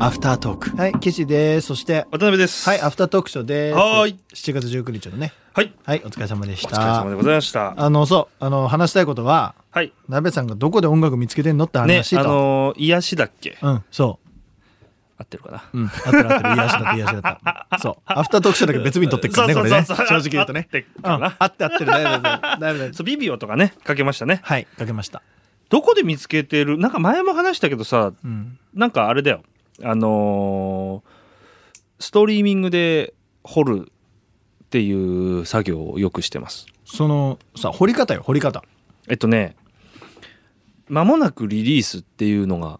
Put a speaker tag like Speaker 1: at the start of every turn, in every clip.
Speaker 1: アフタートーク。はい、岸です。そして、
Speaker 2: 渡辺です。
Speaker 1: はい、アフタートークショーです。
Speaker 2: はーい。
Speaker 1: 7月19日のね。
Speaker 2: はい。
Speaker 1: はい、お疲れ様でし
Speaker 2: お疲れ
Speaker 1: た
Speaker 2: 様。でございました。
Speaker 1: あの、そう、あの、話したいことは、
Speaker 2: はい。
Speaker 1: なべさんがどこで音楽見つけてんのって
Speaker 2: ね
Speaker 1: 話、と。
Speaker 2: あのー、癒しだっけ
Speaker 1: うん、そ
Speaker 2: 合ってるかな
Speaker 1: う。うん、合ってる合ってる。癒しだった、癒しだった。そう。アフタートークショ ーだけ別に撮ってっからね、これね。正直言うとね。
Speaker 2: 合ってっ
Speaker 1: うん、
Speaker 2: か
Speaker 1: 合
Speaker 2: な。
Speaker 1: って合ってる。だいぶだい ぶだいぶだいぶ
Speaker 2: そう、ビビオとかね、かけましたね。
Speaker 1: はい、かけました。
Speaker 2: どこで見つけてるなんか前も話したけどさ、
Speaker 1: うん。
Speaker 2: なんかあれだよ。あのー、ストリーミングで掘るっていう作業をよくしてます。
Speaker 1: その、さ、掘り方よ、掘り方。
Speaker 2: えっとね、間もなくリリースっていうのが、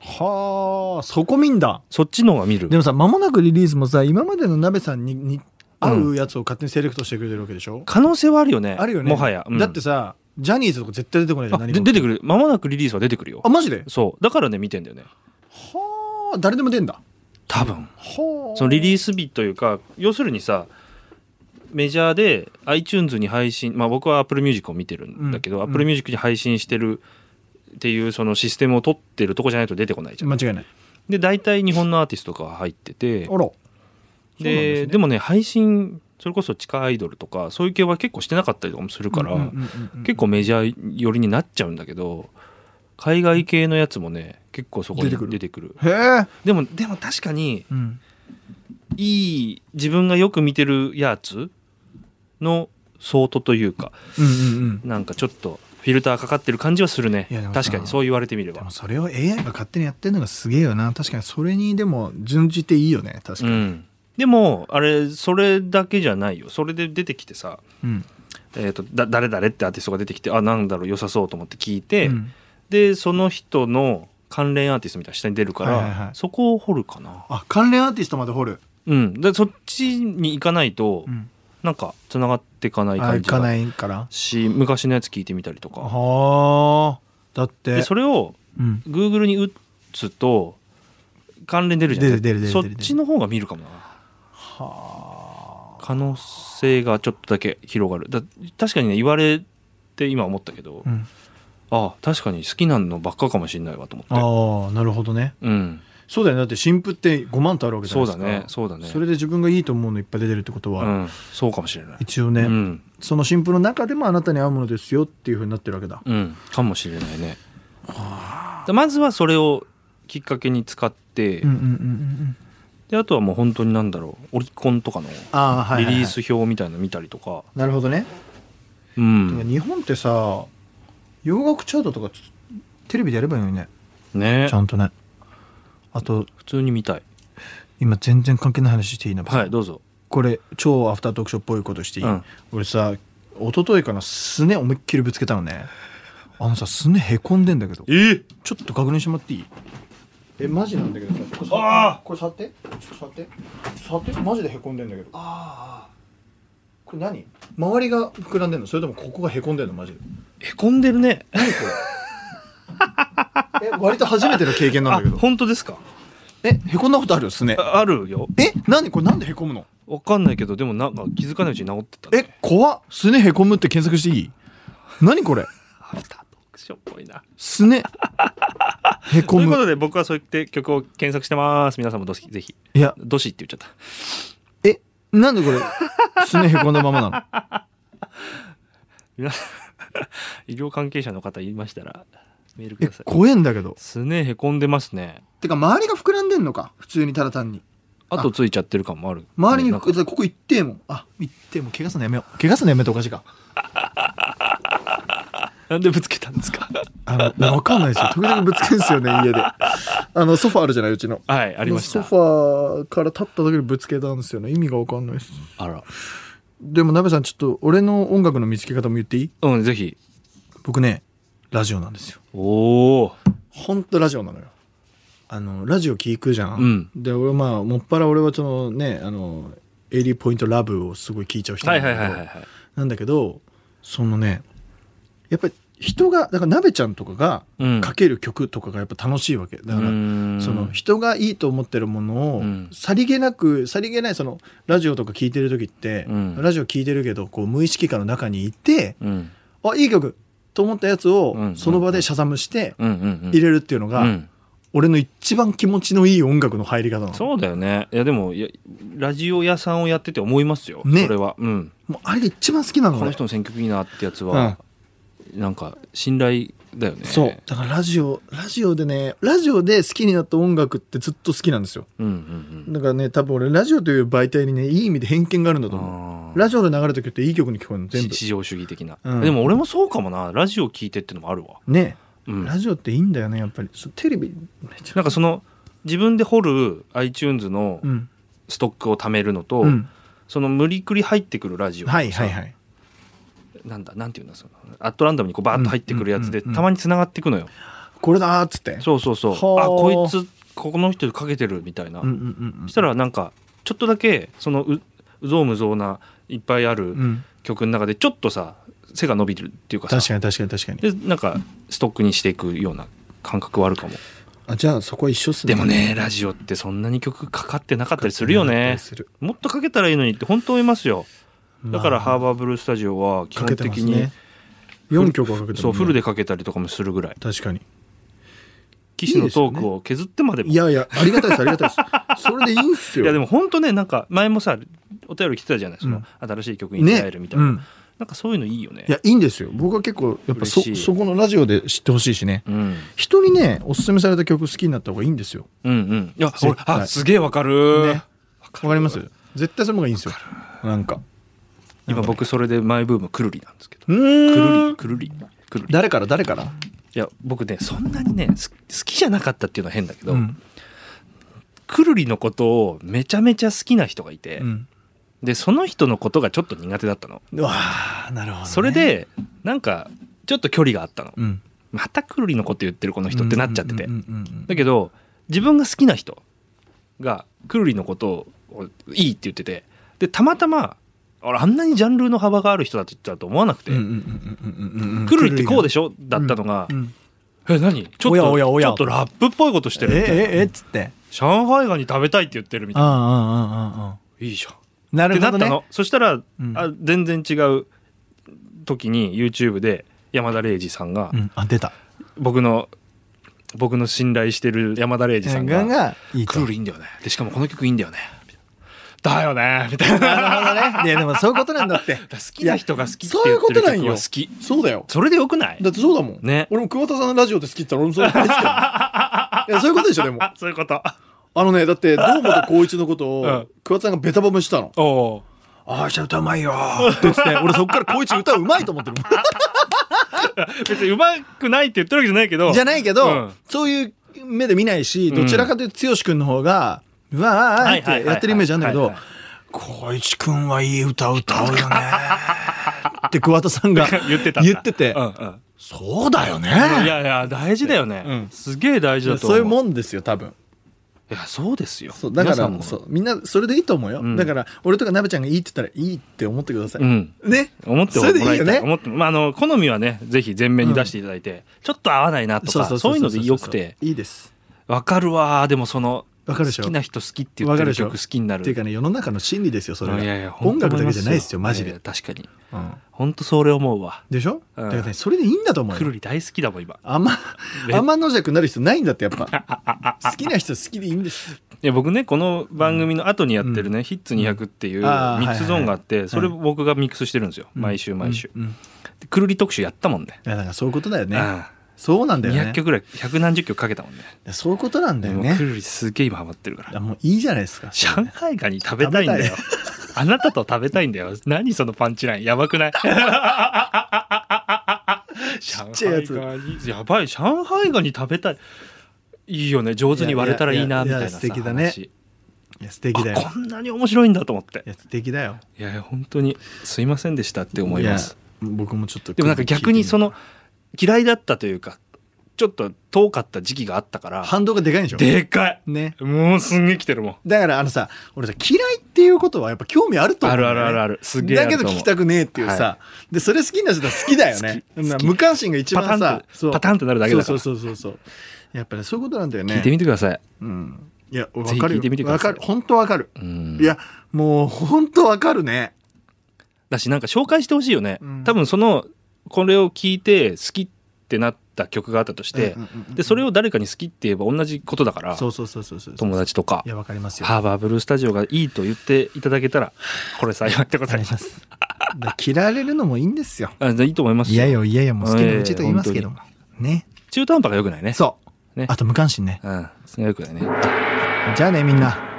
Speaker 1: はあ、そこ見んだ。
Speaker 2: そっちの方が見る
Speaker 1: で。もさ、間もなくリリースもさ、今までの鍋さんにに合うやつを勝手にセレクトしてくれてるわけでしょ、
Speaker 2: 可能性はあるよね。
Speaker 1: あるよね。
Speaker 2: もはや。うん
Speaker 1: だってさ、ジャニーズとか絶対出てこないじゃ
Speaker 2: あ
Speaker 1: ん、
Speaker 2: で
Speaker 1: 何も
Speaker 2: 出てくる間もなくリリースは出てくるよ
Speaker 1: あ、マジで
Speaker 2: そうだからね見てんだよね
Speaker 1: はあ、誰でも出んだ。
Speaker 2: 多分
Speaker 1: はあ。
Speaker 2: そのリリース日というか要するにさメジャーで iTunes に配信まあ僕は AppleMusic を見てるんだけど、
Speaker 1: うん
Speaker 2: AppleMusic に配信してるっていうそのシステムを取ってるとこじゃないと出てこないじゃん、
Speaker 1: 間違いない。
Speaker 2: で大体日本のアーティストとかが入ってて
Speaker 1: あら。そう
Speaker 2: で
Speaker 1: なん
Speaker 2: で,、
Speaker 1: すね
Speaker 2: もね配信それこそ地下アイドルとかそういう系は結構してなかったりとかもするから、
Speaker 1: うんうんうんうん
Speaker 2: 結構メジャー寄りになっちゃうんだけど海外系のやつもね結構そこに
Speaker 1: 出てくる
Speaker 2: 出てくる
Speaker 1: へえ。
Speaker 2: でもでも確かに
Speaker 1: うん。
Speaker 2: いい自分がよく見てるやつの相当というか
Speaker 1: うんうんうん。
Speaker 2: なんかちょっとフィルターかかってる感じはするね
Speaker 1: いやでもさ
Speaker 2: 確かにそう言われてみれ
Speaker 1: で
Speaker 2: ば
Speaker 1: もそれを AI が勝手にやってるのがすげえよな。確かにそれにでも準じていいよね。確か
Speaker 2: う
Speaker 1: に。
Speaker 2: んでもあれそれだけじゃないよそれで出てきてさ、
Speaker 1: うん。
Speaker 2: えー、とだ誰々ってアーティストが出てきてあなんだろう良さそうと思って聞いて、
Speaker 1: うん
Speaker 2: でその人の関連アーティストみたいな下に出るから、
Speaker 1: はいはいはい
Speaker 2: そこを掘るかな
Speaker 1: あ、関連アーティストまで掘る。
Speaker 2: うんでそっちに行かないと、
Speaker 1: ん。
Speaker 2: なんかつながっていかない
Speaker 1: あ、
Speaker 2: 感
Speaker 1: 行
Speaker 2: じが
Speaker 1: かないから。
Speaker 2: し昔のやつ聞いてみたりとか
Speaker 1: はあ。だって。
Speaker 2: でそれを
Speaker 1: うん。
Speaker 2: Google に打つと関連出るじゃん
Speaker 1: 出る出る出る
Speaker 2: そ
Speaker 1: 出
Speaker 2: っ
Speaker 1: る出る
Speaker 2: ちの方が見るかもな
Speaker 1: は
Speaker 2: 可能性がちょっとだけ広がるだ確かにね言われて今思ったけど、
Speaker 1: あ、うん、
Speaker 2: ああ確かに好きなのばっかかもしれないわと思って
Speaker 1: ああなるほどね
Speaker 2: うん
Speaker 1: そうだよねだって新譜って5万とあるわけじゃな
Speaker 2: そ
Speaker 1: いうです
Speaker 2: だ
Speaker 1: か
Speaker 2: ねそうだね
Speaker 1: それで自分がいいと思うのいっぱい出てるってこと
Speaker 2: う
Speaker 1: は、
Speaker 2: ん、そうかもしれない、
Speaker 1: 一応ね、
Speaker 2: うん、
Speaker 1: その新譜の中でもあなたに合うものですよっていうふうになってるわけだ
Speaker 2: うん、かもしれないねだまずはそれをきっかけに使って、
Speaker 1: うんうんうんうんうん
Speaker 2: であとはもう本当になんだろうオリコンとかの
Speaker 1: ああはい、
Speaker 2: リ
Speaker 1: はいはい
Speaker 2: リース表みたいなの見たりとか、
Speaker 1: なるほどね、
Speaker 2: う
Speaker 1: てか
Speaker 2: ん
Speaker 1: 日本ってさ洋楽チャートとかテレビでやればいいのにね
Speaker 2: ね
Speaker 1: ちゃんとねあと
Speaker 2: 普通に見たい
Speaker 1: 今全然関係ない話していいな、
Speaker 2: はいどうぞ
Speaker 1: これ超アフタートークショーっぽいことしていい、
Speaker 2: うん
Speaker 1: 俺さ一昨日かなすね思いっきりぶつけたのねあのさすねへこんでんだけど
Speaker 2: え
Speaker 1: ちょっと確認してもらっていいえマジなんだけどさこれ触って
Speaker 2: あ
Speaker 1: これ触ってちょっと触って触ってマジでへこんでんだけどああこれ何周りが膨らんでんのそれともここがへこんでんのマジで
Speaker 2: へこんでるね
Speaker 1: 何これえ割と初めての経験なん
Speaker 2: あ
Speaker 1: だけど
Speaker 2: 本当ですか
Speaker 1: えへこんだことあるよすね
Speaker 2: ああるよ
Speaker 1: え何これなんでへこむの
Speaker 2: わかんないけどでもなんか気づかないうちに治ってた、
Speaker 1: え
Speaker 2: ね、
Speaker 1: 怖っすねへこむって検索していい何これ
Speaker 2: アフタートークショーっぽいな
Speaker 1: すねへこと
Speaker 2: いうこ
Speaker 1: む
Speaker 2: とで僕はそう言って曲を検索してます皆さんもどしぜひ
Speaker 1: いや
Speaker 2: どしって言っちゃっ
Speaker 1: えなんでこれすねへ こんだままなの
Speaker 2: た皆さん 医療関係者の方いましたらメールく
Speaker 1: え
Speaker 2: ださい
Speaker 1: 怖えんだけど
Speaker 2: すねへこんでますね
Speaker 1: てか周りが膨らんでんのか普通にただ単に
Speaker 2: あとついちゃってる感もある
Speaker 1: 周りに
Speaker 2: ねなんか
Speaker 1: 膨ここ行ってえもんあ行ってえもん怪我すんのやめよう怪我すんのやめておかしいか
Speaker 2: なんでぶつけたんですか
Speaker 1: あ の分かんないですよ時々ぶつけるんですよね家であのソファーあるじゃないうちの
Speaker 2: はいありまし
Speaker 1: ソ
Speaker 2: た
Speaker 1: ファーから立った時にぶつけたんですよね意味が分かんないです
Speaker 2: あら
Speaker 1: でも鍋さんちょっと俺の音楽の見つけ方も言っていい
Speaker 2: うんぜひ
Speaker 1: 僕ねラジオなんですよ
Speaker 2: おお
Speaker 1: ほんとラジオなのよ。あのラジオ聞くじゃん、
Speaker 2: うん
Speaker 1: で俺まあもっぱら俺はそのねあのエリーポイントラブをすごい聞いちゃう人な
Speaker 2: は
Speaker 1: ん
Speaker 2: い
Speaker 1: だ
Speaker 2: は
Speaker 1: け
Speaker 2: い
Speaker 1: ど,、
Speaker 2: はいはいはい
Speaker 1: なんだけどそのねやっぱり人がだからなべちゃんとかが
Speaker 2: うん
Speaker 1: かける曲とかがやっぱ楽しいわけだから、
Speaker 2: うん
Speaker 1: その人がいいと思ってるものを、
Speaker 2: うん
Speaker 1: さりげなくさりげないそのラジオとか聞いてる時って、
Speaker 2: うん
Speaker 1: ラジオ聞いてるけどこう無意識化の中にいて
Speaker 2: うん
Speaker 1: あいい曲と思ったやつを
Speaker 2: うん
Speaker 1: その場でシャザムして
Speaker 2: うんうんうん
Speaker 1: 入れるっていうのが、
Speaker 2: うん
Speaker 1: 俺の一番気持ちのいい音楽の入り方なの
Speaker 2: そうだよねいやでもいやラジオ屋さんをやってて思いますよ、
Speaker 1: ね
Speaker 2: それは、うん、
Speaker 1: もうあれが一番好きなの
Speaker 2: この
Speaker 1: 俺
Speaker 2: 人の選曲いいなってやつは、なんか信頼だよね
Speaker 1: そうだからラジオラジオでねラジオで好きになった音楽ってずっと好きなんですよ
Speaker 2: うんうん
Speaker 1: だからね多分俺ラジオという媒体にねいい意味で偏見があるんだ
Speaker 2: う
Speaker 1: と思うん
Speaker 2: あー
Speaker 1: ラジオで流れた曲っていい曲に聞こえるの全部
Speaker 2: し至上主義的な、
Speaker 1: うん
Speaker 2: でも俺もそうかもなラジオ聞いてってのもあるわ、
Speaker 1: ね
Speaker 2: うん、
Speaker 1: ラジオっていいんだよねやっぱりそうテレビめっちゃ
Speaker 2: なんかその自分で掘る iTunes の
Speaker 1: うん
Speaker 2: ストックを貯めるのと、
Speaker 1: うん
Speaker 2: その無理くり入ってくるラジオ
Speaker 1: はいはいはい
Speaker 2: なんだなんていうんだそのアットランダムにこうバーッと入ってくるやつで、
Speaker 1: うんうんうんうん
Speaker 2: たまに繋がっていくのよ
Speaker 1: これだーっつって
Speaker 2: そうそうそう
Speaker 1: はあ
Speaker 2: あこいつここの人かけてるみたいな、
Speaker 1: うんうんうんうん
Speaker 2: そしたらなんかちょっとだけそのううぞうむぞうないっぱいあ
Speaker 1: う
Speaker 2: る
Speaker 1: ん
Speaker 2: 曲の中でちょっとさ背が伸びてるっていうかさ
Speaker 1: 確かに確かに確かに
Speaker 2: でなんかストックにしていくような感覚はあるかも
Speaker 1: あじゃあそこは一緒っすね
Speaker 2: でもねラジオってそんなに曲かかってなかったりするよね
Speaker 1: する
Speaker 2: もっとかけたらいいのにって本当思いますよだから
Speaker 1: まあ
Speaker 2: ハーバーブルースタジオは基
Speaker 1: か
Speaker 2: 本
Speaker 1: けて
Speaker 2: 的
Speaker 1: ます
Speaker 2: に
Speaker 1: ね4曲はかけてる
Speaker 2: そうフル
Speaker 1: で
Speaker 2: でかけたりとかもするぐらい
Speaker 1: 確かに
Speaker 2: 騎士のトークを削ってまでも
Speaker 1: いやいやありがたいですありがたいですそれでいいんすよ
Speaker 2: いやでも本当ねなんか前もさお便り来てたじゃないその、新しい曲に出会えるみたいな、
Speaker 1: ねうん
Speaker 2: なんかそういうのいいよね
Speaker 1: いやいいんですよ僕は結構やっぱそ
Speaker 2: 嬉しい
Speaker 1: そこのラジオで知ってほしいしね
Speaker 2: うん、
Speaker 1: 人にねおすすめされた曲好きになった方がいいんですよ
Speaker 2: うんうんいや
Speaker 1: 絶対
Speaker 2: 俺あすげえわかる、
Speaker 1: ねわかります絶対その方がいいんですよなんか
Speaker 2: 今僕それでマイブームくるりなんですけど
Speaker 1: う
Speaker 2: く
Speaker 1: ー
Speaker 2: る
Speaker 1: ん
Speaker 2: りくるりくるり
Speaker 1: 誰から誰から
Speaker 2: いや僕ねそんなにねす好きじゃなかったっていうのは変だけど、
Speaker 1: うん
Speaker 2: くるりのことをめちゃめちゃ好きな人がいて、
Speaker 1: うん
Speaker 2: でその人のことがちょっと苦手だったの、
Speaker 1: うわーなるほどね
Speaker 2: それでなんかちょっと距離があったの
Speaker 1: うん
Speaker 2: またくるりのこと言ってるこの人ってなっちゃってて、
Speaker 1: うんうんうん
Speaker 2: だけど自分が好きな人がくるりのことをいいって言っててでたまたま俺あんなにジャンルの幅がある人だって言ってたと思わなくて、
Speaker 1: うんうんうんうんうんうんうん
Speaker 2: くるりってこうで
Speaker 1: し
Speaker 2: しょだったのが、
Speaker 1: うん
Speaker 2: え何ちょっと
Speaker 1: おやおやおや
Speaker 2: ちょっとラップっぽいことして
Speaker 1: え
Speaker 2: るみたいな
Speaker 1: ええっつって
Speaker 2: 上海ガニ食べたいって言ってるみたい
Speaker 1: あ
Speaker 2: な
Speaker 1: あああああ
Speaker 2: いいじゃんっ
Speaker 1: なる
Speaker 2: て
Speaker 1: ほ
Speaker 2: な
Speaker 1: ど
Speaker 2: ったの
Speaker 1: ね
Speaker 2: そしたら、
Speaker 1: ん
Speaker 2: あ全然違う時に YouTube で山田礼二さんが、
Speaker 1: うんあ出た
Speaker 2: 僕の僕の信頼してる山田礼二さんが
Speaker 1: がいい
Speaker 2: ク
Speaker 1: と
Speaker 2: ールいいんだよねでしかもこの曲いいんだよねみたいなだよねみたいなだか
Speaker 1: なるほどね。いやでもそういうことなんだ って。
Speaker 2: ら好きな人が好きって
Speaker 1: そうい
Speaker 2: 言
Speaker 1: う
Speaker 2: っ
Speaker 1: こ
Speaker 2: て
Speaker 1: と
Speaker 2: る
Speaker 1: なん
Speaker 2: 曲
Speaker 1: よ。
Speaker 2: は好き
Speaker 1: そうだよ。
Speaker 2: それでよくない
Speaker 1: だってそうだもん。
Speaker 2: ね
Speaker 1: 俺も久保田さんのラジオって好きって言ったら俺もそれ大好きだもん いやそういうことでしょでも。
Speaker 2: あそういうこと
Speaker 1: あのねだって堂本光一のこと
Speaker 2: う
Speaker 1: を
Speaker 2: ん
Speaker 1: 久保田さんがベタ褒めしたの。
Speaker 2: おお
Speaker 1: ああしゃ歌うまいよーって言ってて俺そっから光一歌うまいと思ってるも
Speaker 2: 別にうまくないって言ってるわけじゃないけど
Speaker 1: ん。 じゃないけ
Speaker 2: う
Speaker 1: ど
Speaker 2: ん
Speaker 1: そういう目で見ないしどちらかというと剛君の方がうわーってやってるイメージあるんだけ
Speaker 2: はい
Speaker 1: ど
Speaker 2: はいはいはいは
Speaker 1: 光
Speaker 2: いはい。
Speaker 1: 一君はいい歌歌うよね ーって桑田さんが
Speaker 2: 言ってた
Speaker 1: 言ってて
Speaker 2: うんうん
Speaker 1: そうだよね
Speaker 2: いやいや大事だよね、
Speaker 1: うん
Speaker 2: すげえ大事だと
Speaker 1: そ
Speaker 2: 思
Speaker 1: う
Speaker 2: う
Speaker 1: いうもんですよ多分
Speaker 2: いやそうですよ
Speaker 1: そうだか
Speaker 2: 皆さん
Speaker 1: ら
Speaker 2: も
Speaker 1: そうみんなそれでいいと思うよ、
Speaker 2: ん
Speaker 1: だから俺とかなべちゃんがいいって言ったらいいって思ってください、
Speaker 2: うん
Speaker 1: ね
Speaker 2: 思っても
Speaker 1: それでい
Speaker 2: ら
Speaker 1: い
Speaker 2: い
Speaker 1: よ
Speaker 2: たい
Speaker 1: ね
Speaker 2: 思ってまああの好みはねぜひ前面に出していただいて、ちょっと合わないなとかそういうのでよくて
Speaker 1: いいです
Speaker 2: わかるわーでもその
Speaker 1: わかるでしょ
Speaker 2: 好きな人好きって言ってる曲好きになる
Speaker 1: っていうかね世の中の真理ですよそれ
Speaker 2: いやいや
Speaker 1: が
Speaker 2: 本
Speaker 1: 音
Speaker 2: 当
Speaker 1: 楽
Speaker 2: 思
Speaker 1: だ
Speaker 2: ま
Speaker 1: けじゃないですよマジで、
Speaker 2: いやいや確かに
Speaker 1: うん
Speaker 2: 本当それ思うわ
Speaker 1: でしょ、
Speaker 2: うん
Speaker 1: だからねそれでいいんだと思う
Speaker 2: くる
Speaker 1: よ
Speaker 2: り大好きだもん今
Speaker 1: あんまあんまのじゃくなる人ないんだってやっぱ好きな人好きでいいんです
Speaker 2: いや僕ねこの番組の後にやってるね「ヒッツ200」っていうミ
Speaker 1: あー
Speaker 2: ックスゾーンがあって、それ
Speaker 1: は
Speaker 2: 僕がミックスしてるんですよ、毎週毎週、
Speaker 1: うんうんい
Speaker 2: でくるり特集やったもんね
Speaker 1: やだからそういうことだよね
Speaker 2: あ
Speaker 1: そうなんだよね
Speaker 2: 200曲ぐらい百何十曲かけたもんね
Speaker 1: そういうことなんだ
Speaker 2: で
Speaker 1: よ
Speaker 2: も
Speaker 1: ね
Speaker 2: くるりすげえ今ハマってるから
Speaker 1: あもういいじゃないですか
Speaker 2: 上海ガニ食べたいんだよ
Speaker 1: 食。
Speaker 2: あなたと食べたいんだよ。何そのパンチライン。やばくない上
Speaker 1: ちゃいや
Speaker 2: 海
Speaker 1: つ
Speaker 2: ガニ。やばい。上海ガニ食べたい。いいよね。上手に割れたらいいないみ
Speaker 1: やい
Speaker 2: たい
Speaker 1: や
Speaker 2: ない
Speaker 1: や
Speaker 2: さ。
Speaker 1: 素敵だね
Speaker 2: 話
Speaker 1: いや素敵だよ
Speaker 2: あこんなに面白いんだと思って
Speaker 1: い。や素敵だよ
Speaker 2: いやいや、本当にすいませんでしたって思います。
Speaker 1: や僕もちょっと
Speaker 2: でもなんか逆にそ
Speaker 1: の
Speaker 2: の嫌いだったというか、ちょっと遠かった時期があったから
Speaker 1: 反動がでかいんでしょ
Speaker 2: でかい
Speaker 1: ね
Speaker 2: もうすんげえ来てるもん
Speaker 1: だからあのさ俺さ嫌いっていうことはやっぱ興味あると思うんだよ、ね、
Speaker 2: あるあるあるあるすげえ
Speaker 1: だ
Speaker 2: ある
Speaker 1: け
Speaker 2: と思う
Speaker 1: ど聞きたくねえっていうさ、
Speaker 2: は
Speaker 1: でそれ好きな人は好きだよね
Speaker 2: 好き好き
Speaker 1: 無関心が一番
Speaker 2: パタンっ
Speaker 1: さ
Speaker 2: てパタンってなるだけだから
Speaker 1: そうそうそうそうそうやっぱりそういうことなんだよね
Speaker 2: 聞いてみてください
Speaker 1: うんいや分
Speaker 2: ひ
Speaker 1: かる
Speaker 2: 聞いてみて
Speaker 1: よ
Speaker 2: くだ
Speaker 1: 分
Speaker 2: さい
Speaker 1: かる本当分かる、
Speaker 2: うん
Speaker 1: いやもう本当分かるね
Speaker 2: だしなんか紹介してほしいよね、
Speaker 1: うん
Speaker 2: 多分そのこれを聞いて好きってなった曲があったとして、
Speaker 1: うんうんうんうん
Speaker 2: でそれを誰かに好きって言えば同じことだから
Speaker 1: そうそうそうそうそう
Speaker 2: 友達とか
Speaker 1: いや分かりますよ
Speaker 2: ハーバーブルースタジオがいいと言っていただけたらこれ幸いでございます
Speaker 1: す嫌われるのもいいんですよ
Speaker 2: あいいと思います
Speaker 1: いやよいやよもう好きなうちと言いますけども、ね
Speaker 2: 中途半端が良くないね
Speaker 1: そう、
Speaker 2: ね
Speaker 1: あと無関心ね
Speaker 2: うんそれが良くないね
Speaker 1: じゃあねみんな